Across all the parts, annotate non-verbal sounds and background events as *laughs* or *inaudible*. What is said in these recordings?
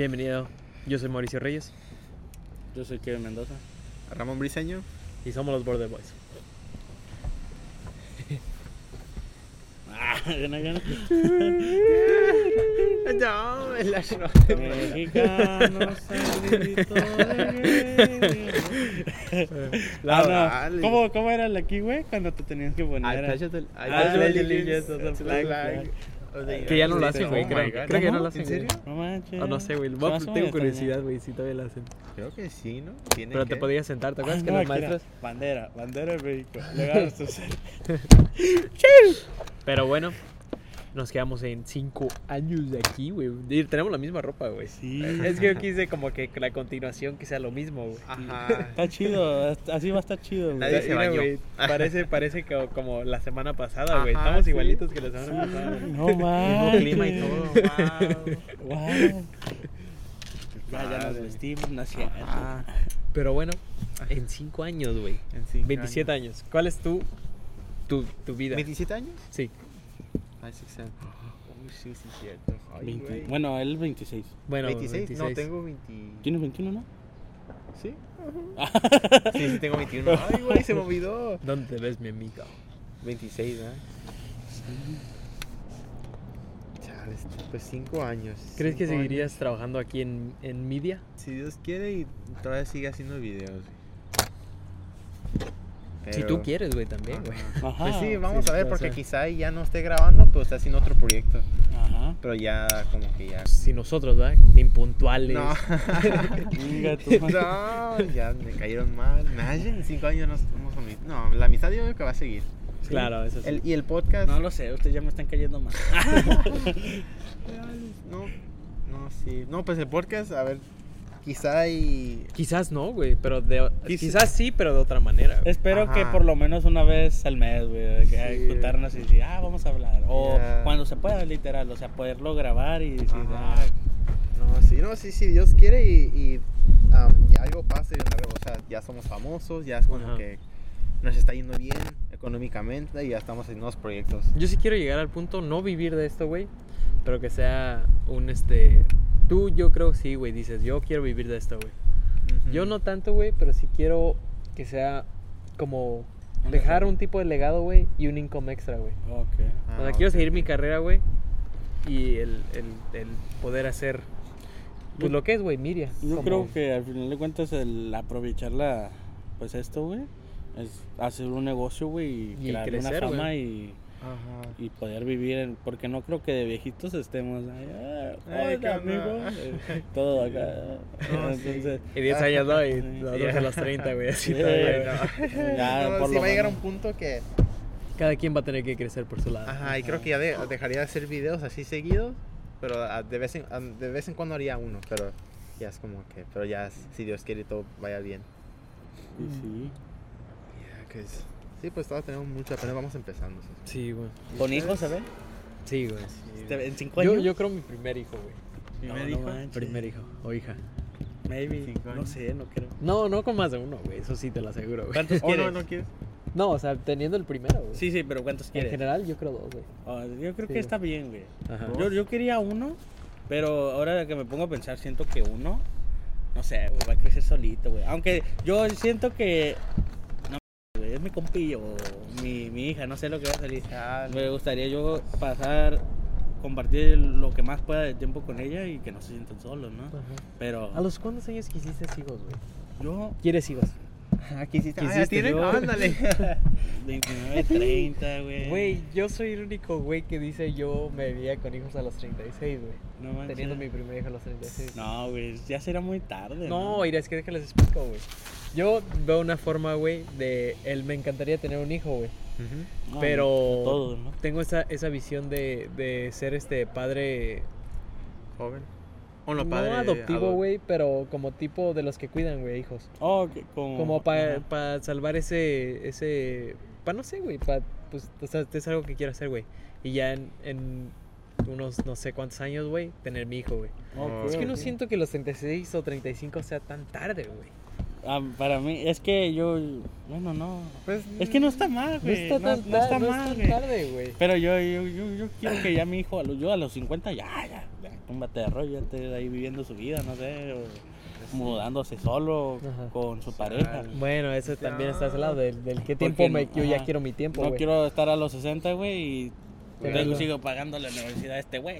Bienvenido, yo soy Mauricio Reyes Yo soy Kevin Mendoza. Ramón Briseño. y somos los Border Boys. Ah, *laughs* ya *laughs* no, ya no. No, *laughs* me la no. Mexicano, *laughs* salidito de guerrero. La- Ah, no. Dale. ¿Cómo, ¿Cómo era la aquí, güey? Cuando te tenías que poner. I a- touch the- I Ah, touch the sí, sí, limits, sí, that's sí, the sí, flag sí. of the Que ya no lo United hacen, güey. States. Creo, Oh my God. creo que ya no lo ¿En hacen. güey. serio? No manches. O Ah, no sé, güey. Voy- Más o Tengo menos curiosidad, güey, si todavía lo hacen. Creo que sí, ¿no? Tiene Pero te que- podías sentar, ¿te también. acuerdas Ah, que no, los aquí era. maestros? Bandera, bandera de México. Le agarras tu ser. Pero bueno, nos quedamos en cinco años de aquí, güey. Y Tenemos la misma ropa, güey. Sí. Es que yo quise como que la continuación que sea lo mismo, güey. *laughs* Ajá. Está chido. Así va a estar chido, Nadie güey. se Mira, bañó. güey, Parece, parece que- como la semana pasada, güey. Ajá, Estamos sí. igualitos que la *laughs* semana pasada. No Mismo manches. clima y *laughs* todo. Ah, wow. Wow. Ya, ya nos Madre. vestimos, no es cierto. Ah, Pero bueno, en cinco años, güey. en cinco 27 años. ¿Cuál es tu, tu, tu vida? años. ¿27 años? Sí. Ay, sí, sí. Uy, sí, sí, cierto. Ay, 20. güey. Bueno, él 26. Bueno, 26. No, 26. tengo 20. ¿Tienes 21, no? *laughs* ¿Sí? Sí, sí, tengo 21. Ay, güey, se me olvidó. ¿Dónde te ves, mi amigo? 26, ¿verdad? Chale, este, pues 5 años. ¿Crees que cinco años. seguirías trabajando aquí en, en media? Si Dios quiere y todavía sigue haciendo videos. güey. Si tú Pero- quieres, güey, también, güey. Ajá. *laughs* Pues sí, vamos sí, a ver, o porque sea. quizá ahí ya no esté grabando, pero está haciendo otro proyecto. Ajá. Pero ya, como que ya. Si nosotros, ¿verdad? Impuntuales. No, *laughs* Venga, tú. no, ya me cayeron mal. Imagine, cinco años no somos amigos. No, la amistad yo creo que va a seguir. *laughs* Claro, eso Pues sí. El- y el podcast. No lo sé, ustedes ya me están cayendo mal. No, no, sí. No, pues el podcast, a ver, quizá y. Quizás no, güey, pero de... Quizás- Quizás sí, pero de otra manera, güey. *laughs* Espero Ajá. que por lo menos una vez al mes, güey, que hay que Sí. juntarnos y decir, ah, vamos a hablar. O Ya. cuando se pueda, literal, o sea, poderlo grabar y decir, Ajá. ah, No, sí, no, sí, sí, Dios quiere y, y, am, y algo pase de una vez, O sea, ya somos famosos, ya es como Ajá. que nos está yendo bien económicamente y ya estamos en nuevos proyectos. Yo sí quiero llegar al punto, no vivir de esto, güey, pero que sea un, este... Tú, yo creo, sí, güey, dices, yo quiero vivir de esto, güey. Yo no tanto, güey, pero sí quiero que sea como Un dejar legado. un tipo de legado, güey, y un income extra, güey. ok. Ah, o sea, Pues, quiero ok, seguir ok. mi carrera, güey, y el, el- el poder hacer pues, Yo- lo que es, güey, Miria. Yo como- creo que al final de cuentas, el aprovechar la, pues esto, güey, es hacer un negocio, güey, y, Y crear crecer, una fama güey. y, Ajá. y poder vivir, en- porque no creo que de viejitos estemos, ahí, ah, Ay, hola, ¿qué onda? amigo, eh, todo acá. No, sí. Entonces, Y 10 años, ¿no? *laughs* Y Sí. los dos a los 30, güey, así Sí. todavía, güey. *laughs* Ya, no, por sí lo va a llegar a menos. un punto que. Cada quien va a tener que crecer por su lado. Ajá, y creo que ya de- dejaría de hacer videos así seguidos, pero ah, de vez, en, ah, de vez en cuando haría uno, pero ya es como que. Pero ya, si Dios quiere, todo vaya bien. Y sí. Ya, que es- Sí, pues todavía tenemos mucho, apenas vamos empezando. sí. Sí, güey. ¿Con hijos, a ver? Sí, güey. Este, ¿En cinco Yo, años? yo creo mi primer hijo, güey. Primer Primer hijo. hijo. Primer hijo o hija. Maybe. Cinco No años. sé, no creo. No, no con más de uno, güey. Eso sí te lo aseguro, güey. ¿Cuántos Oh, quieres? no, no quieres. No, o sea, teniendo el primero, güey. Sí, sí, pero ¿cuántos En quieres? general, yo creo dos, güey. Oh, yo creo Sí. que está bien, güey. Ajá. Dos. Yo, yo quería uno, pero ahora que me pongo a pensar, siento que uno, no sé, güey, va a crecer solito, güey. Aunque yo siento que. No, güey, es mi compillo, o mi, mi hija, no sé lo que va a salir. Me gustaría yo pasar, compartir lo que más pueda de tiempo con ella y que no se sientan solos, ¿no? Ajá. Pero. Pues, ¿A los cuántos años quisiste hijos, güey? Yo, ¿Quieres hijos? Aquí sí Ah, ¿ya tienen? *laughs* Ándale. 29, 30, güey. Güey, yo soy el único güey que dice yo me veía con hijos a los 36, güey. no manches. Teniendo mi primer hijo a los 36. Ah, No, güey, ya será muy tarde. No, mira, es que déjales explico, güey. Yo veo una forma, güey, de él me encantaría tener un hijo, güey. No, pero- Todo, ¿no? Tengo esa, esa visión de, de ser este padre, Joven. O no, no padre. adoptivo, adop- güey, pero como tipo de los que cuidan, güey, hijos. Oh, que- como. Como ajá. para salvar ese, ese, para no sé, güey, para, pues, o sea, es algo que quiero hacer, güey. Y ya en, en unos no sé cuántos años, güey, tener mi hijo, güey. Ok, Es que no ok. siento que los 36 o 35 sea tan tarde, güey. Ah, para mí, es que yo. Bueno, no. Pues, Es que no está mal, No güey. está no- tan, no está tar- no mal, es tan güey. tarde, güey. Pero yo, yo, yo, yo quiero que ya mi hijo, a los, yo a los 50, ya, ya. ya, un bate de rollo, esté ahí viviendo su vida, no sé, o mudándose solo Pues Ajá. con su Sí, pareja. al- Bueno, eso también está al lado del, del qué tiempo Porque me, no- yo ya ajá. quiero mi tiempo, No güey. quiero estar a los 60, güey, y Claro. tengo- sigo pagando la universidad a *laughs* este güey.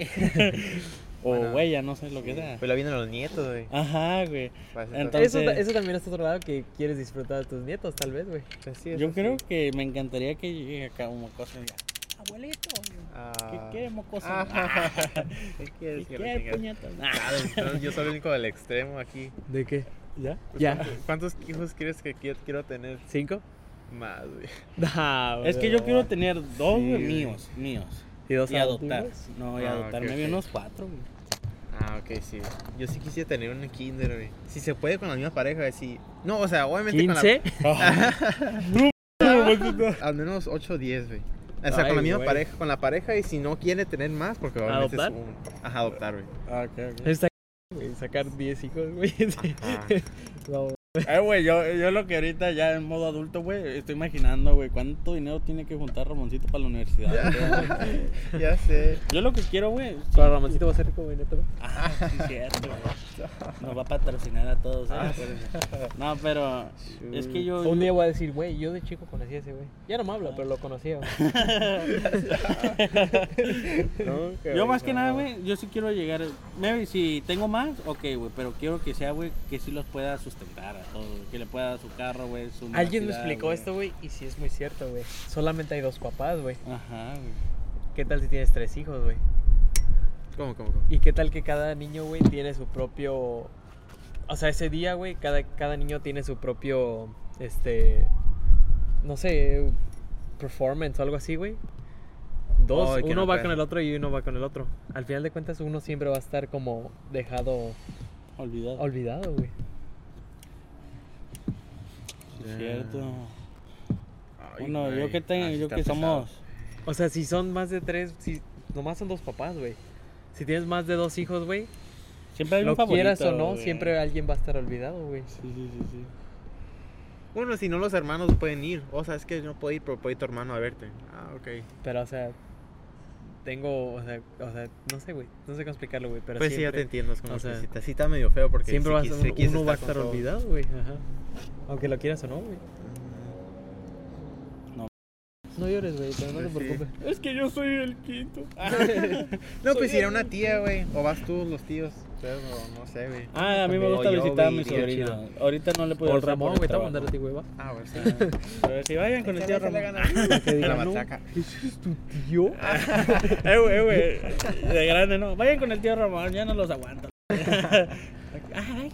o Bueno, güey, ya no sé lo que sea. Pues la vienen los nietos, güey. Ajá, güey. Para hacer entonces- todo. Eso, ta- eso también es otro lado que quieres disfrutar a tus nietos, tal vez, güey. Pues sí, eso Yo sí. creo que me encantaría que llegue acá un mocoso y diga, abuelito, ¿qué Ah. quieres, mocoso? Ajá. Ah, ¿Qué ¿Qué quieres que quieres, le tengas? puñeta? Ah, entonces Yo soy el único del extremo aquí. ¿De qué? ¿Ya? ¿Ya? ¿Cuántos hijos quieres que qui- quiero tener *laughs* ¿Cinco? más, güey? No, Es que güey, yo no. quiero tener dos güey, Sí, güey. míos, míos. ¿Y dos Y adoptar. adoptivos? No, y Ah, adoptar. ok, Me ok. unos cuatro, *laughs* güey. Ah, ok, sí. Yo sí quisiera tener un kinder, güey. Si se puede con la misma pareja, güey, sí. No, o sea, obviamente con la... ¿Quince? Ah, Al menos 8 o 10, güey. O sea, Ay, con la misma güey. pareja, con la pareja y si no quiere tener más, porque obviamente ¿Adoptar? es un... Ajá, adoptar, güey. *laughs* Ah, *laughs* ok, *laughs* ok. Está güey, sacar 10 hijos, güey. sí. Ajá. *laughs* No, Eh, güey, yo, yo lo que ahorita ya en modo adulto, güey, estoy imaginando, güey, cuánto dinero tiene que juntar Ramoncito para *laughs* la universidad. güey. Ya sé. Yo lo que quiero, güey. Para Ramoncito va a ser como Veneto. Ah, sí, cierto, güey. *laughs* Nos va a patrocinar a todos, ¿eh? Ah, Acuérdense. No, *laughs* pero es que yo. Ah. Un día voy a decir, güey, yo de chico conocí a ese güey. Ya no me habla, pero lo conocía, güey. Yo más que nada, güey, yo sí quiero llegar. Maybe si tengo más, ok, güey, pero quiero que sea, güey, que sí los pueda sustentar a todos, güey, que le pueda dar su carro, güey, su Alguien me universidad, explicó güey. esto, güey, y sí es muy cierto, güey. Solamente hay dos papás, güey. Ajá, güey. ¿Qué tal si tienes tres hijos, güey? ¿Cómo, cómo, cómo? ¿Y qué tal que cada niño, güey, tiene su propio... O sea, ese día, güey, cada, cada niño tiene su propio, este... No sé, performance o algo así, güey. Dos, Oh, y que uno no va puede. con el otro y uno va con el otro. Al final de cuentas, uno siempre va a estar como dejado Olvidado. olvidado, güey. Sí, Ya. Cierto. Ay, Bueno, yo güey. que tengo, Ah, sí yo está que pesado. somos. O sea, si son más de tres, si nomás son dos papás, güey. Si tienes más de dos hijos, güey, Siempre hay lo un favorito. quieras o no, güey. siempre alguien va a estar olvidado, güey. Sí, sí, sí, sí. Bueno, si no los hermanos pueden ir. O sea, es que no puedo ir, pero puede ir tu hermano a verte. Ah, ok. Pero, o sea, tengo, o sea, o sea no sé, güey. No sé cómo explicarlo, güey. Pero Pues sí, ya te siempre, entiendo. Es como o que sea, sí, está, sí está medio feo porque siempre sí vas quis- a- sí quis uno va a estar con todos. olvidado, güey. Ajá. Aunque lo quieras o no, güey. No. No llores, güey, pero no te Pues sí. preocupes. Es que yo soy el quinto. Ah, No, pues si era una tía, güey. O vas tú, los tíos. Pero no sé, güey. Ah, a mí me También. gusta O yo, visitar a güey, mis diría sobrinos. chido. Ahorita no le puedo O el hacer por Pues, Ramón, güey, te voy a trabajo. mandar a ti, güey, *laughs* va. Ah, bueno, sí. Pero si vayan con el tío Ramón. Que diga, *laughs* la Ah, "No, machaca. ¿Ese es tu tío? Eh, güey, eh, güey. De grande, no. Vayan con el tío Ramón, ya no los aguanto. *laughs* Ay,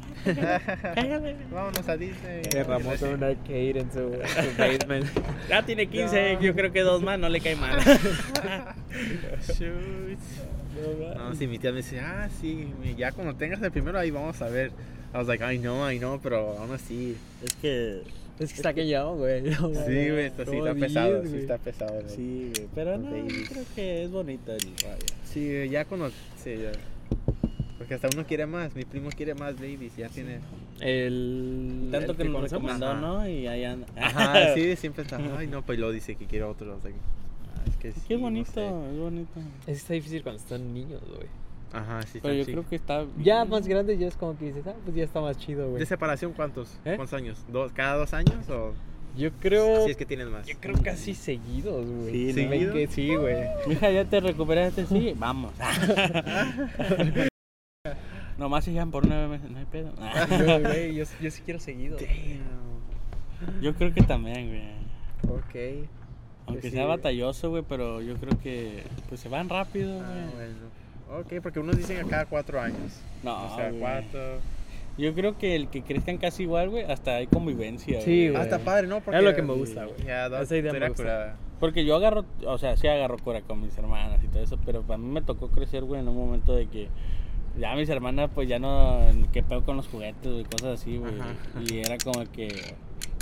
cállate. Vámonos a Disney. Que Ramón tiene una arcade en su, en *laughs* su basement. Ya tiene 15, No. yo creo que dos más no le cae *laughs* mal. *laughs* Shoot. No, si mi tía me dice, ah, sí, güey, ya cuando tengas el primero ahí vamos a ver. I was like, ay no, ay no, pero aún así. Es que Es que está callado, güey. *laughs* No, Sí, güey, esto sí ¿cómo está dices, pesado, sí güey? está pesado. güey. sí, güey. Pero no, Babies. yo creo que es bonito el radio. Sí, güey, ya cuando. Sí, ya. Porque hasta uno quiere más, mi primo quiere más babies, ya tiene. El... Tanto el que nos conocemos. recomendó, Ajá. ¿no? Y ahí anda. *laughs* Ajá, *laughs* sí, siempre está. Ay no, pues lo dice que quiere otro. o sea, ah, es que sí, Qué no bonito, sé. es bonito. Es que está difícil cuando están niños, güey. Ajá, sí, pues, Pero yo está creo chico. que está. Ya más grande ya es como que dices, ah, pues ya está más chido, güey. ¿De separación cuántos? ¿Eh? ¿Cuántos años? ¿Dos, ¿Cada dos años o Yo creo... si es que tienen más? Yo creo casi seguidos, güey. Sí, Sí, ¿no? que sí, güey. Mija, ya te recuperaste, sí, *laughs* vamos. *laughs* Nomás se llevan por nueve meses, no hay pedo. *laughs* Yo, güey, yo, yo sí quiero seguidos. Damn. Yo creo que también, güey. Ok. Aunque Pues sí, sea güey. batalloso, güey, pero yo creo que pues se van rápido, güey. Ah, bueno. Ok, porque unos dicen a cada cuatro años. No, o Ah, sea, güey. cuatro. Yo creo que el que crezcan casi igual, güey, hasta hay convivencia, Sí, Ah, güey. está padre, ¿no? Es lo que me gusta, güey. Ya, dos, Esa idea me era gusta. curada. Porque yo agarro, o sea, sí agarro cura con mis hermanas y todo eso, pero para mí me tocó crecer, güey, en un momento de que ya mis hermanas, pues ya no, que pego con los juguetes, güey, cosas así, güey. Ajá. Y era como que,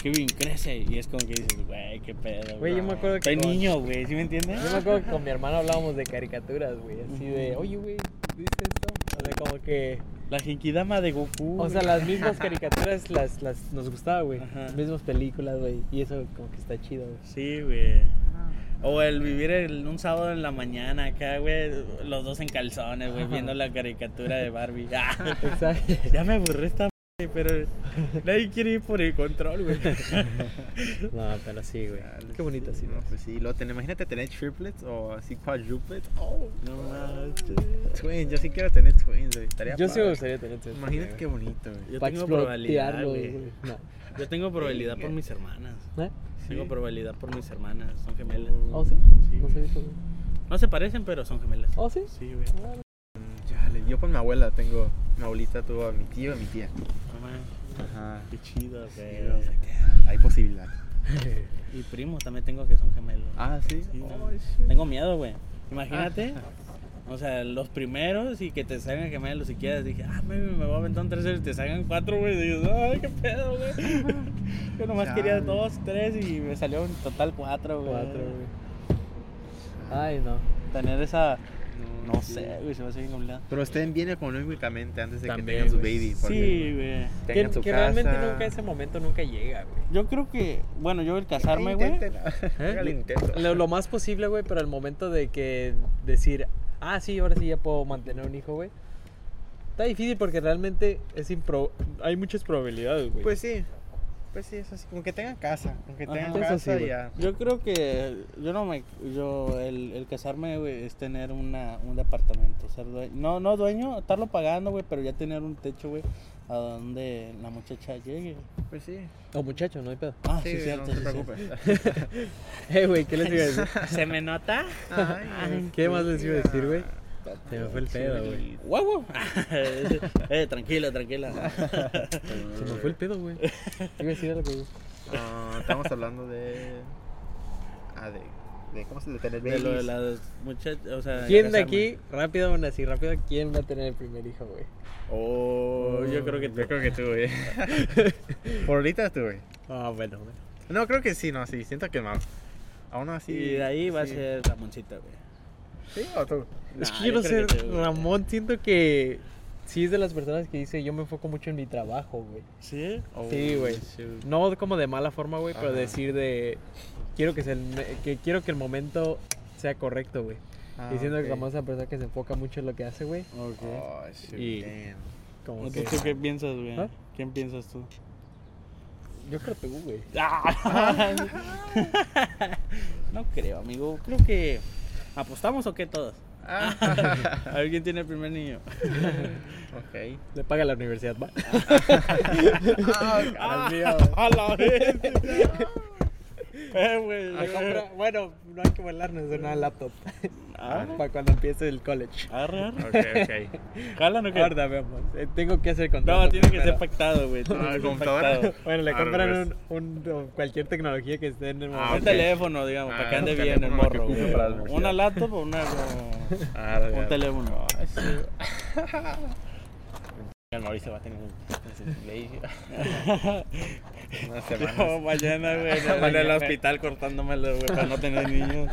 Kevin crece, y es como que dices, güey, qué pedo, Güey, yo me acuerdo que Estoy con- niño, güey, ¿sí me entiendes? Yo me acuerdo que con mi hermano hablábamos de caricaturas, güey. Así de, oye, güey, ¿viste esto? *laughs* O sea, como que... La Genkidama de Goku. O sea, las mismas caricaturas las, las nos gustaba, güey. Ajá. *laughs* Las mismas películas, güey. Y eso como que está chido, güey. Ah. Sí, güey. O el vivir el- un sábado en la mañana acá, güey, los dos en calzones, güey, viendo la caricatura *laughs* de Barbie. Ah, Exacto. ya me aburrí esta madre, pero nadie quiere ir por el *laughs* control, güey. No, pero sí, güey. Qué bonita sí. No, pues sí, lo ten- imagínate tener triplets o así quadruplets. Oh, No mames. twins, yo sí quiero tener twins, güey. Estaría Yo sí me padre. gustaría tener tres. Imagínate qué bonito, güey. Yo Para tengo probabilidad, explotarlo, güey. güey. *laughs* No. Yo tengo probabilidad por mis hermanas. ¿Eh? Tengo probabilidad por mis hermanas, son gemelas. ¿Oh, sí? Sí, No güey. sé eso, güey. No se parecen, pero son gemelas. ¿Oh, sí? Sí, güey. Mm, chale, Yo por mi abuela tengo, mi abuelita tuvo a mi tío y a mi tía. No mames, Ajá. Qué chido, Y yo, o sea, güey. damn, Hay posibilidad. *laughs* Y primos también tengo que son gemelos. Ah, sí. Ah. Sí, Oh, no. shit. Tengo miedo, güey. Imagínate, o sea, los primeros y que te salgan gemelos si quieres. Dije, ah, baby, me voy a aventar un tercero y te salgan cuatro, güey. Y yo, ay, qué pedo, güey. Yo nomás Chale. quería dos, tres y me salió en total cuatro, güey. Cuatro, güey. Ah. Ay, no. Tener esa, No, no sí. sé, güey, se me hace bien complicado. Pero estén bien económicamente antes de También, que tengan su güey. baby. Sí, güey. Que, que realmente nunca ese momento nunca llega, güey. Yo creo que, bueno, yo el casarme, güey. ¿Eh? El intento. Lo, lo más posible, güey, pero el momento de que decir, ah, sí, ahora sí ya puedo mantener un hijo, güey. Está difícil porque realmente es impro hay muchas probabilidades, güey. Pues sí. Pues sí, eso sí. Con que tengan casa. Con que Ajá. tengan Eso sí, casa güey. ya. Yo creo que yo no me yo el, el casarme güey, es tener una un departamento, ser dueño, no no dueño, estarlo pagando, güey, pero ya tener un techo, güey, a donde la muchacha llegue. Pues sí. O muchacho, no hay pedo. *laughs* Ah, sí, Sí, es güey, no cierto. te sí, es cierto. *laughs* preocupes. Eh, güey, ¿qué les iba a decir? *laughs* ¿Se me nota? Ay, ¿Qué más les iba a decir, güey? Ah. Se me fue el pedo, güey. sí. ¡Guau! *laughs* eh, *laughs* tranquila, tranquila. Se me fue el pedo, güey. Iba a decir algo, güey. Ah, estamos hablando de. Ah, de. de ¿Cómo se le tener De babies? lo de las muchachas, o sea, ¿Quién de casarme. aquí, rápido, aún así, rápido, quién va a tener el primer hijo, güey? Oh, yo creo que tú. Yo creo que tú, güey. *laughs* Por ahorita tú, güey. Ah, bueno, güey. No, creo que sí, no, sí. Siento que no. Aún Oh, así. Y de ahí va a sí. ser Ramoncita, güey. ¿Sí o tú? Es Nah, que quiero yo creo ser que tú, güey. Ramón, siento que sí es de las personas que dice, yo me enfoco mucho en mi trabajo, güey. ¿Sí? Sí, güey. Oh, shoot. No como de mala forma, güey, pero Ajá. decir de quiero que, se el me- que quiero que el momento sea correcto, güey. Ah, Diciendo ok. que Ramón es una persona que se enfoca mucho en lo que hace, güey. Okay. Oh, shoot, Y- *laughs* damn. Como que Entonces, ¿Tú qué piensas, güey? ¿Ah? ¿Quién piensas tú? yo creo que tú, güey. *laughs* *laughs* no creo, amigo. Creo que apostamos o qué todos. Ah, A ver quién tiene el primer niño. ok. Le paga la universidad, va. Ah, Al mío, güey. *laughs* A la vez. *laughs* eh, güey. Me eh. compra- bueno, no hay que volarnos de una laptop Ah, *laughs* para cuando empiece el college. Arre, arre. ok, ok. Jalan o qué? Ahorita vemos. Eh, tengo que hacer contrato. No, tiene que primero. ser pactado, güey. tiene Ah, que ser computadora. pactado. Bueno, le Ah, compran un, un- o cualquier tecnología que esté en el Un Ah, momento. ok. teléfono, digamos, Ah, para que un ande bien el teléfono que morro, ocupe güey. para la universidad. Una laptop o una. *laughs* o- Ah, la Un verdad. teléfono. Ah, shoot. El Mauricio va a tener un. Le dije. *laughs* Una *laughs* Yo semana. mañana, *laughs* güey, en el- en el hospital cortándomelo, güey, para no tener niños.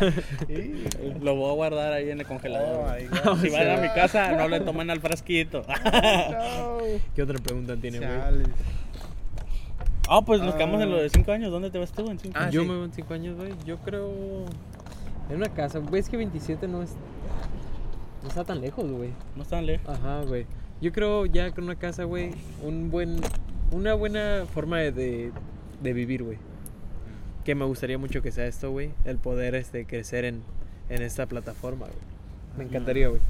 Lo voy a guardar ahí en el congelador. Oh, güey. my God. *laughs* si van a mi casa, no le tomen al *laughs* frasquito. No. ¿Qué otra pregunta tiene, güey? Chales. Ah, pues nos quedamos en lo de 5 años. ¿Dónde te vas tú en 5 Ah, años? Yo sí. me veo en 5 años, güey. Yo creo. En una casa. Güey, es que 27 no es. No está tan lejos, güey. No están lejos. Ajá, güey. Yo creo ya con una casa, güey. Un buen. Una buena forma de, de, de vivir, güey. Mm, Que me gustaría mucho que sea esto, güey. El poder este, crecer en, en esta plataforma, güey. Me encantaría, güey.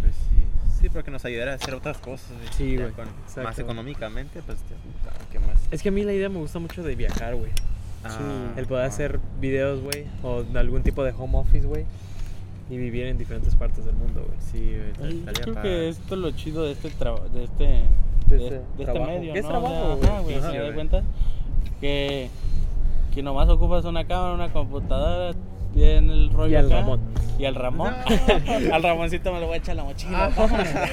Pues sí. Sí, pero que nos ayudara a hacer otras cosas. güey. Sí, Ya güey, con- exacto. Más económicamente, pues. ya, puta, ¿Qué más? Es que a mí la idea me gusta mucho de viajar, güey. Ah, El poder ah. hacer videos, güey, o de algún tipo de home office, güey, y vivir en diferentes partes del mundo, güey. Sí, güey. tal- Yo estaría creo padre. que esto es lo chido de este traba- de este De de, este de este trabajo. medio, Es ¿no? trabajo, O güey. sea, ajá, güey, Ajá, si te das güey. cuenta que que nomás ocupas una cámara, una computadora, tiene el rollo Y al acá, Ramón. Y al Ramón. *laughs* al Ramoncito me lo voy a echar a la Ah, mochila.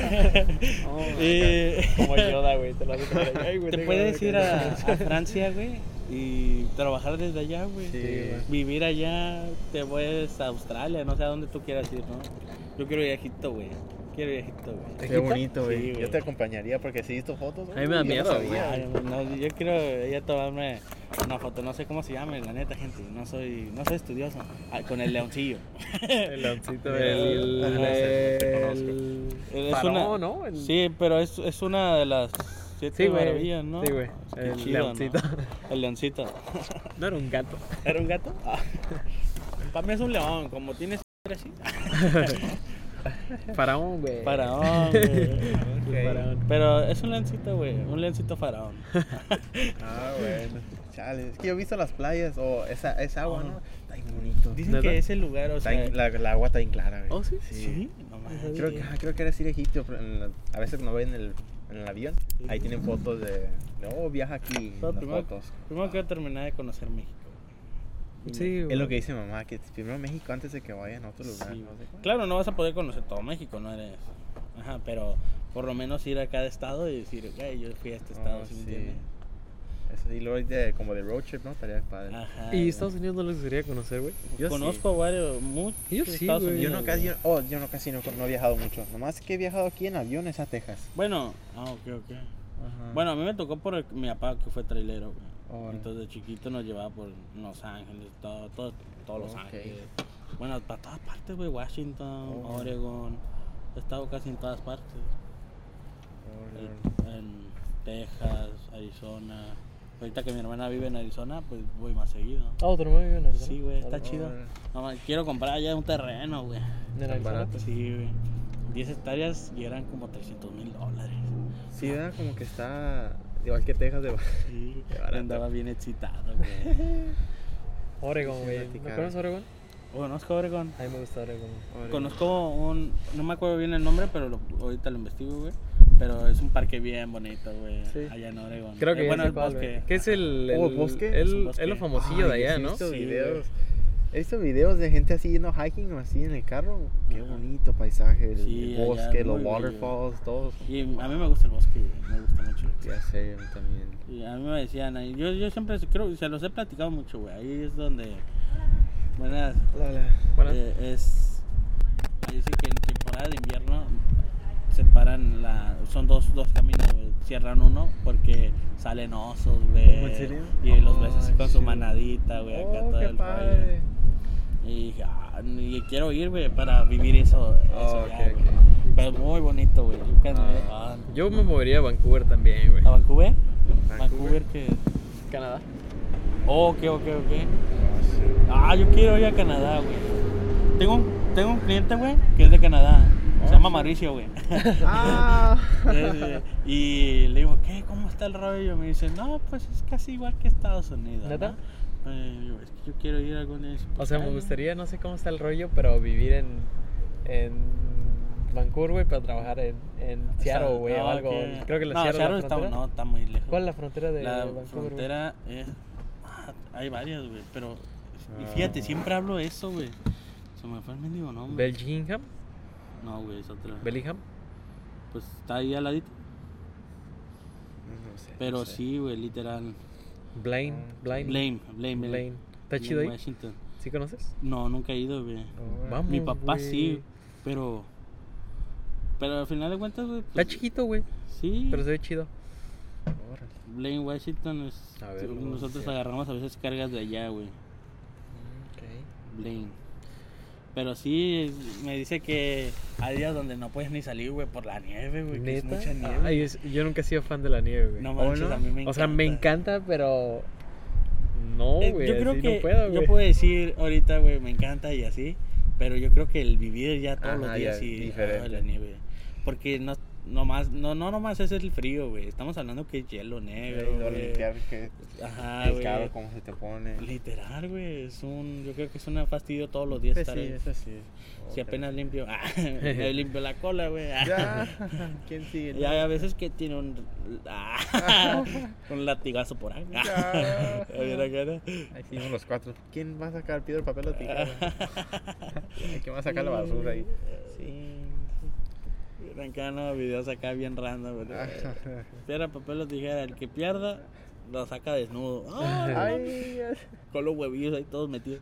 *laughs* y Como Yoda, güey, te lo hace *laughs* te puedes ir a, a Francia, güey, y trabajar desde allá, güey. Sí, güey. Vivir allá, te puedes a Australia, no sé a dónde tú quieras ir, ¿no? Yo quiero ir a Egipto, güey. quiero ir a Egipto, güey. Qué ¿Egipto? bonito, güey. Sí, Yo te acompañaría porque si he visto fotos. A mí me da uy, yo no miedo, sabía. Ay, no, yo quiero ella tomarme una foto, no sé cómo se llame, la neta, gente. No soy, no soy estudioso. Ah, con el leoncillo. El lancito del- Te Es faraón, una- ¿no? El- Sí, pero es, es una de las siete Sí, güey. maravillas, ¿no? Sí, güey. Qué El chido, ¿no? leoncito. El leoncito. No era un gato. ¿Era un gato? Para mí es un león, como tienes así. Faraón, güey. Faraón, güey. Un Ok. faraón. Pero es un leoncito, güey. Un leoncito faraón. Ah, bueno. Chale, es que yo he visto las playas o esa, esa agua, ¿no? Está bien bonito. Dicen ¿Neta? que ese lugar, o Está sea. bien- la, la agua está bien clara, güey. Oh, ¿sí? Sí, no mames. Creo que, ajá, creo que era ir a Egipto. pero en la- a veces no ven en el, en el avión. Ahí tienen fotos de, de, oh, viaja aquí. No, las primero- fotos. Primero quiero terminar de conocer México. Sí, Es lo güey. que dice mamá, que primero México antes de que vayan a otro lugar. Sí, no sé cuál. Claro, no vas a poder conocer todo México, no eres. Ajá, pero por lo menos ir a cada estado y decir, güey, yo fui a este Oh, estado, ¿sí me sí. entiendes? Eso, y luego de, como de road trip, ¿no? Estaría padre. Ajá. ¿Y güey. Estados Unidos no les gustaría conocer, güey? Yo Ah, Conozco varios, muchos. Yo sí, Estados güey. Yo Unidos, no casi, güey. oh, yo no casi no, no he viajado mucho. Nomás que he viajado aquí en aviones a Texas. Bueno, ah, ok, ok. Ajá. Bueno, a mí me tocó por el- mi papá que fue trailero, güey. Órale. Entonces de chiquito nos llevaba por Los Ángeles, todo, todo, todo Los Ok. Ángeles. Bueno, para todas partes, güey, Washington, Órale. Oregon. He estado casi en todas partes. Órale. en Texas, Arizona. Ahorita que mi hermana vive en Arizona, pues voy más seguido. Ah, otro no vive en Arizona. Sí, güey, está Órale. chido. No, man, quiero comprar allá un terreno, güey. ¿En Tan Arizona? barato. Sí, güey. 10 hectáreas y eran como 300 mil dólares. Sí, ¿verdad? como que está igual que Texas de Sí, Qué barato. andaba bien excitado, *laughs* güey. Oregon, Sí, güey. ¿No platicar. conoces Oregon? Conozco Oregon. A mí me gusta Oregon. Conozco un. No me acuerdo bien el nombre, pero lo- ahorita lo investigo, güey. Pero es un parque bien bonito, güey. Sí. Allá en Oregon. Creo Eh, que ya bueno, sé el cuál, bosque. güey. ¿Qué es el, Oh, el- bosque? el- Es un bosque. es lo famosillo Ay, de allá, yo sí ¿no? He visto Sí, videos. He visto videos de gente así yendo hiking o así en el carro. Qué Ajá. bonito paisaje, el Sí, allá, bosque, los muy bello. waterfalls, todo. Y a mí me gusta el bosque, güey. me gusta mucho. Ya sé, a mí también. Y a mí me decían ahí, yo, yo siempre creo, se los he platicado mucho, güey. Ahí es donde. Buenas. Bueno, eh, es. Dice que en temporada de invierno separan la. Son dos, dos caminos, güey. Cierran uno porque salen osos, güey. ¿En serio? Y los ves así Ay, con su sí. manadita, güey. Acá Oh, todo qué el rollo. padre. Y dije, ah, y quiero ir, güey, para vivir eso. eso Oh, ya, ok, güey. ok. Pero muy bonito, güey. Yo cuando- Ah. ah, eh, yo me movería a Vancouver también, güey. ¿A Vancouver? Vancouver. Vancouver que... Canadá. Oh, ok, ok, ok. Ah, yo quiero ir a Canadá, güey. Tengo un, tengo un cliente, güey, que es de Canadá. Se llama *laughs* Mauricio, güey. *laughs* Ah, Es, eh, y le digo, ¿qué? ¿Cómo está el rollo? Me dice, no, pues es casi igual que Estados Unidos. ¿Neta? ¿no? Eh, yo, es que yo quiero ir algún día. Y dice, O "Pues, sea, dale". me gustaría, no sé cómo está el rollo, pero vivir en, en Vancouver, güey, para trabajar en, en O sea, Seattle, güey, no, o algo. que- Creo que la no, Seattle, es la está, frontera. no, está muy lejos. ¿Cuál es la frontera de La Vancouver? güey? frontera es. ah, Hay varias, güey, pero. y Ah. Fíjate, siempre hablo de eso, güey. Se me fue el mendigo nombre. ¿Bellingham? No, güey, es otra. ¿Bellingham? Pues está ahí al ladito. *laughs* no sé, Pero no sé. sí, güey, literal. Blaine, Ah, Blaine, Blame, blame, blame. Blaine. ¿Está chido ahí? Washington. ¿Sí conoces? No, nunca he ido, güey. Vamos, Mi papá güey. sí, pero. Pero al final de cuentas, güey. Está pues, chiquito, güey, Sí, pero se ve chido. Órale. Blaine, Washington es. A ver, luego nosotros sí. agarramos a veces cargas de allá, güey. Blaine. Pero sí, es- me dice que hay días donde no puedes ni salir, güey, por la nieve, güey. Que es ¿Neta? mucha nieve. Ay, es- yo nunca he sido fan de la nieve, güey. no ¿o manches, no? a mí me o sea, me encanta, pero... No, Eh, güey, yo creo así que no puedo, yo güey. puedo decir ahorita, güey, me encanta y así, pero yo creo que el vivir ya todos los Ajá, días ya, y diferente. ah, la nieve. Porque no nomás no no nomás es el frío, güey. Estamos hablando que es hielo negro, Y luego güey. limpiar que Ajá, el carro, güey. cómo se te pone. *laughs* Literal, güey, es un yo creo que es un fastidio todos los días Pues estar sí, ahí. eso sí. Si Ok. apenas limpio, ah, *laughs* *laughs* me limpio la cola, güey. ah. Ya. *laughs* ¿Quién *laughs* sigue? Y hay a veces que tiene un, *laughs* *laughs* ah, un latigazo por ahí. Ya. *laughs* Mira, cara. Ahí seguimos los cuatro. ¿Quién va a sacar piedra, papel o tijera? *laughs* Ah. ¿Quién va a sacar la basura ahí? Sí. Ah, Arrancando videos acá bien random. güey. Piedra, papel o tijera. El que pierda, lo saca *laughs* desnudo. Ah, Ay, con los huevillos ahí todos *laughs* metidos.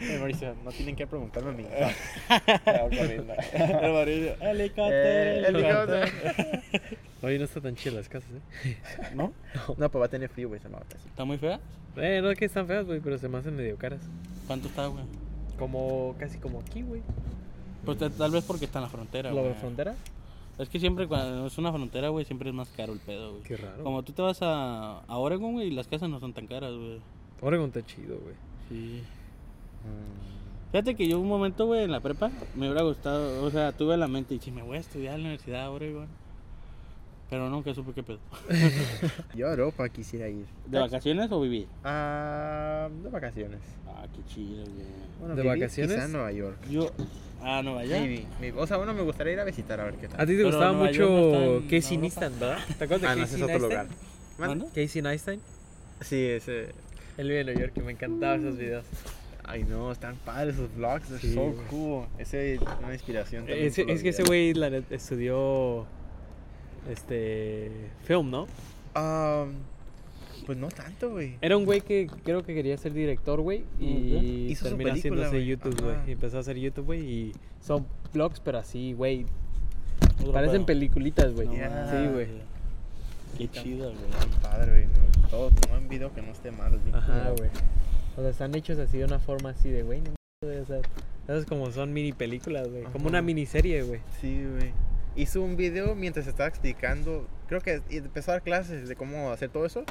Eh, Mauricio, no tienen que preguntarme a *laughs* mí. El Mauricio, Eh, helicóptero, helicóptero. helicóptero. Oye, no está tan chida las casas, ¿eh? ¿No? No, pues va a tener frío, güey, se me va a pasar. ¿Está muy fea? Eh, no es que están feas, güey, pero se me hacen medio caras. ¿Cuánto está, güey? Como, casi como aquí, güey. Pues ta- tal vez porque está en la frontera, ¿La güey. frontera? Es que siempre cuando es una frontera, güey, siempre es más caro el pedo, güey. Qué raro. Como tú te vas a, a Oregon, güey, y las casas no son tan caras, güey. Oregon está chido, güey. Sí. Mm. Fíjate que yo un momento, güey, en la prepa, me hubiera gustado, o sea, tuve la mente y dije, me voy a estudiar en la universidad de Oregon. Pero nunca supe qué pedo. Yo a Europa quisiera ir. ¿De vacaciones o vivir? Ah, de vacaciones. Ah, qué chido, güey. Bueno, ¿De vivir vacaciones? Quizá en Nueva York. Yo, ah, a Nueva York. Maybe. Maybe. O sea, bueno, me gustaría ir a visitar a ver qué A tal. ti te Pero gustaba Nueva mucho York no está en Casey Europa. Neistat, ¿verdad? ¿Te acuerdas Ah, de este? no, ese Casey es otro Neistat? lugar. ¿Mande? ¿Mande? Casey Neistat. Sí, ese. Él vive en Nueva York, que me encantaban esos videos. Ay, no, están padres esos vlogs. Sí, they're so güey. cool. Ese es una inspiración. también Es, por los es que ese videos. güey la neta, estudió este film, ¿no? Ah, pues no tanto, güey. Era un güey que creo que quería ser director, güey, y Hizo su terminó película, haciéndose güey. YouTube, güey. Ajá. Y Empezó a hacer YouTube, güey, y son vlogs, pero así, güey. Otro Parecen pedo. peliculitas, güey. No Yeah. mames, Sí, güey. Qué chido, güey. Tan padre, güey. Todo tomó en video que no esté mal. bien Ajá, cool. güey. O sea, están hechos así de una forma así de, güey, no mames, güey, o sea, esas como son mini películas, güey. Como una Ajá. miniserie, güey. Sí, güey. Hizo un video mientras estaba explicando, creo que empezó a dar clases de cómo hacer todo eso.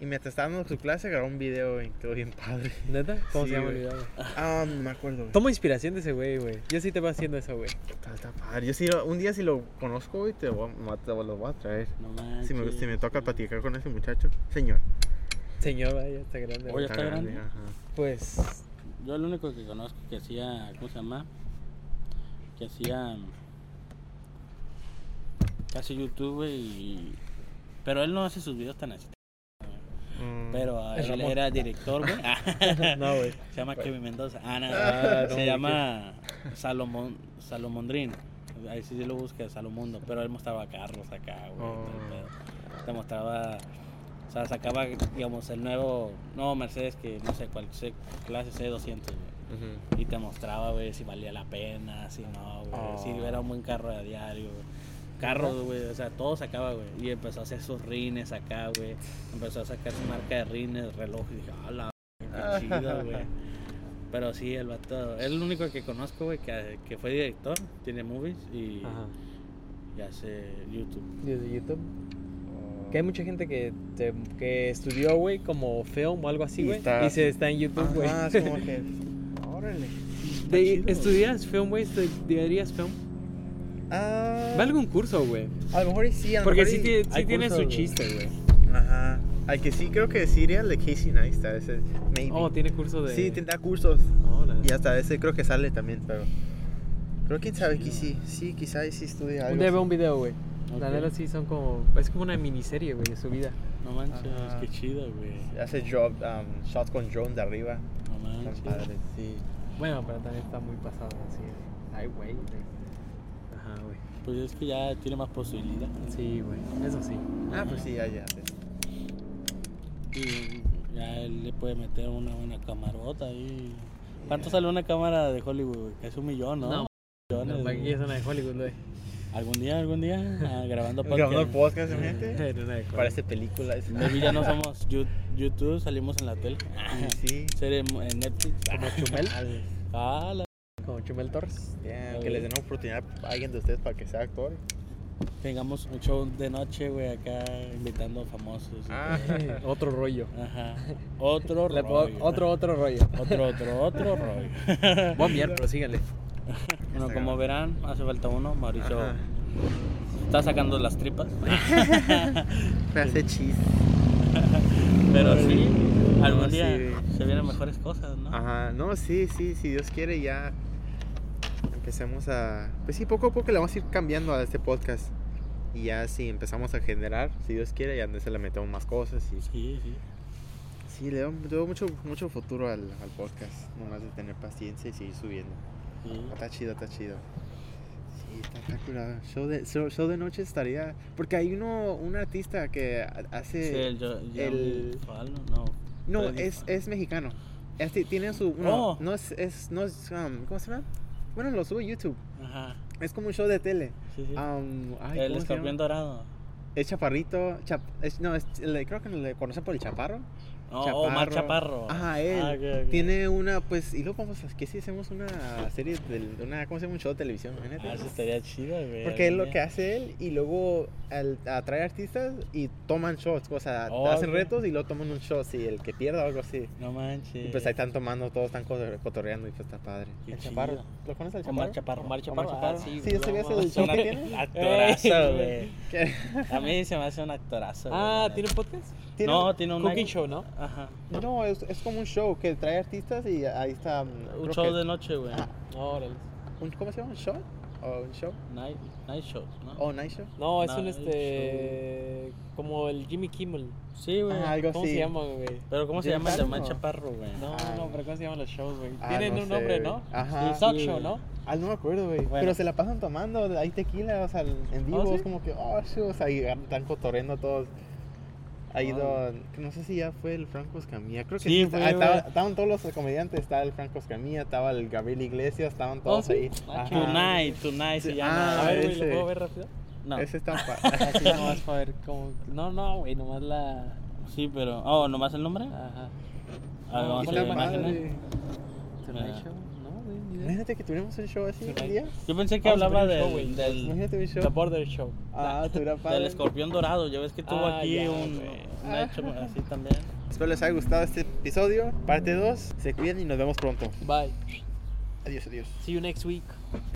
Y mientras estaba dando su clase, grabó un video y quedó bien *laughs* padre. ¿Neta? ¿Cómo Sí, se llama el güey. video, güey? Ah, no me acuerdo, güey. Tomo inspiración de ese güey, güey. Yo sí te va haciendo eso, güey. Está, está padre. Yo sí, lo- un día si lo conozco, güey, te, voy a- te lo voy a traer. No Ah, manches. Si me, si me toca platicar con ese muchacho. Señor. Señor, vaya, está grande. güey. Oye. está grande. ajá. Pues, Yo el único que conozco que hacía, ¿cómo se llama? Que hacía mm, casi YouTube güey, y pero él no hace sus videos tan así. Mm, Pero ah, Es él Ramón. era *laughs* director, güey. *laughs* Ah, no, güey. se llama Kevin Mendoza. Ah, no, Ah, no, se güey, llama Salomón Salomondrín. Ahí sí lo busca Salomundo, pero él mostraba carros acá, güey. Oh. todo el pedo. Te mostraba o sea, sacaba, digamos, el nuevo, nuevo Mercedes que no sé cuál, C- clase C200, güey. ujú. Y te mostraba, güey, si valía la pena, si no, güey. Oh. Si era un buen carro de diario, güey. Carros, güey, o sea, todo sacaba, güey. Y empezó a hacer sus rines acá, güey. Empezó a sacar su marca de rines, reloj. Y dije, ah, la qué chido, güey. Pero sí, el vato. Es el único que conozco, güey, que, que fue director, tiene movies y, Ajá. y hace YouTube. Desde YouTube. Que hay mucha gente que, te- que estudió, güey, como film o algo así, Y güey. está- Y se está en YouTube, güey. *laughs* Ajá, es Ah, como que. Órale. De- chido, güey. ¿Estudias film, güey? ¿Estudiarías film? Ah, Va a algún curso, güey. A lo mejor y sí, a lo Porque mejor sí, y- tiene- sí hay tiene cursos, su güey. chiste, güey. Ajá. Al que sí creo que sí iría al de Casey Neistat, ese, maybe. Oh, tiene curso de... Sí, tendrá cursos. Oh, la- Y hasta ese creo que sale también, pero... Pero quién sabe, que Chido. sí, sí, quizá y sí estudia Un algo. día veo así. un video, güey. La Ok. neta sí son como... Es como una miniserie, güey, de su vida. No manches, Ajá. qué chido, güey. Hace job, um, shots con drone de arriba. No Ah, Están manches. padres, sí. Bueno, pero también está muy pasado así. Ay, güey. Ajá, güey. Pues es que ya tiene más posibilidad. Sí, güey. Eso sí. Ah, pues sí, ya, ya. Y ya él le puede meter una buena camarota ahí. ¿Cuánto sale una cámara de Hollywood? güey? Casi un millón, ¿no? No, Millones, Para güey. aquí es una de Hollywood, güey. Algún día, algún día, ah, grabando podcast. Grabando el *laughs* podcast, gente. Era una de Hollywood. Parece película. es- Maybe ya no somos Yu- YouTube, salimos en la tele. Sí, sí. Ser en, en Netflix. Como Chumel. Ah, la- Como Chumel Torres. Damn, que les den una oportunidad a alguien de ustedes para que sea actor. Tengamos un show de noche, güey, acá invitando a famosos. Ah. Eh, *laughs* otro rollo. Ajá. Otro *laughs* Le puedo- rollo. otro, otro rollo. otro, otro, otro rollo. Voy a enviar, pero síganle. Bueno, como verán, hace falta uno. Mauricio Este Ajá. está sacando las *laughs* tripas. Me hace chiste. Pero sí, algún No, día sí. Ah. se vienen mejores cosas, ¿no? Ajá, no, sí, sí, si Dios quiere ya empecemos a... Pues sí, poco a poco le vamos a ir cambiando a este podcast. Y ya si empezamos a generar, si Dios quiere, ya se le metemos más cosas. Y... Sí, sí. Sí, le veo, le veo mucho, mucho futuro al, al podcast, nomás de tener paciencia y seguir subiendo. sí. Está chido, está chido. está, está curado. Show de, show, show de noche estaría. Porque hay uno, un artista que ha- hace. Sí, el, yo- yo- el- Falno, no. No, Freddy es, Falno. es mexicano. Este tiene su. No, Oh. no es. es- no es um, ¿Cómo se llama? Bueno, lo sube a YouTube. Ajá. Es como un show de tele. Sí, sí. Um, ay, el ¿cómo se escorpión llama? dorado. Es chaparrito. chap- es- no, es- le- creo que le conocen por el chaparro. Oh, oh, Omar Chaparro. Ajá, él. Ah, ok, ok. Tiene una, pues. Y luego vamos a. ¿Qué si hacemos una serie del- de una. ¿Cómo se llama? Un show de televisión. imagínate. Ah, eso estaría chido, güey. Porque es algún lo día. que hace él y luego al, atrae artistas y toman shots, o sea, Oh, hacen ok. retos y luego toman un shot y el que pierda o algo así. No manches. Y pues ahí están tomando, todos están cotor- cotorreando y pues está padre. Qué el chido. chaparro, ¿lo conoces al Omar chaparro? Chaparro. Omar Chaparro, Omar Chaparro. ah, sí, Sí, ese no día es el mames. Es un show que act- tiene. actorazo, Ey, güey. *laughs* que- A mí se me hace un actorazo. güey, Ah, la ¿tiene neta. un podcast? tiene- No, tiene un. Cooking show, ¿no? Ajá. No, es, es como un show que trae artistas y ahí está. mm, Un show de noche, güey. Ah. Órale. ¿Cómo se llama? ¿Un show? ¿O un show? Night, night shows, ¿no? Oh, ¿O un night show? No, es No, un el este. Como el Jimmy Kimmel. Sí, güey. Ah, algo ¿Cómo así. se llama, güey? Pero ¿cómo se ¿Jimmy llama el de Fallon Omar o? Chaparro, güey? No, Ah. no, pero ¿cómo se llaman los shows, güey? Ah, Tienen no un sé, nombre, güey. ¿no? Ajá. El talk Sí, show, güey. ¿no? Ah, no me acuerdo, güey. Bueno. ¿Ah, Pero se la pasan tomando, hay tequila, o sea, en vivo, ¿sí? es como que, oh, sí, o sea, y están cotorreando todos. Ha ido, no sé si ya fue el Franco Escamilla, creo que Sí, sí. fue, ah, estaba- güey. estaban todos los comediantes, estaba el Franco Escamilla, estaba el Gabriel Iglesias, estaban todos ¿sí? ahí. Ah, Ajá. Tonight, Tonight se Sí, llama. ah, A ver, güey, ¿lo ese. puedo ver rápido? no. Ese está pa- Así nomás para ver cómo. No, no, güey, nomás la. Sí, pero. Oh, ¿nomás el nombre? Ajá. A ver, Ah, vamos a Ponle ver está imágenes. imágenes. padre. Tonight ¿eh? Ah. Show. No, güey, ni idea. Imagínate que tuviéramos un show así un Tonight. día. Yo pensé que Vamos a hablaba ver el show, del, güey. del, Imagínate un The show. Border Show. Ah, tuviera del padre. escorpión dorado. Ya ves que tuvo Ah, aquí ya, un, güey. Ah. un hecho así también. Espero les haya gustado este episodio, parte 2. Se cuidan y nos vemos pronto. Bye. Adiós, adiós. See you next week.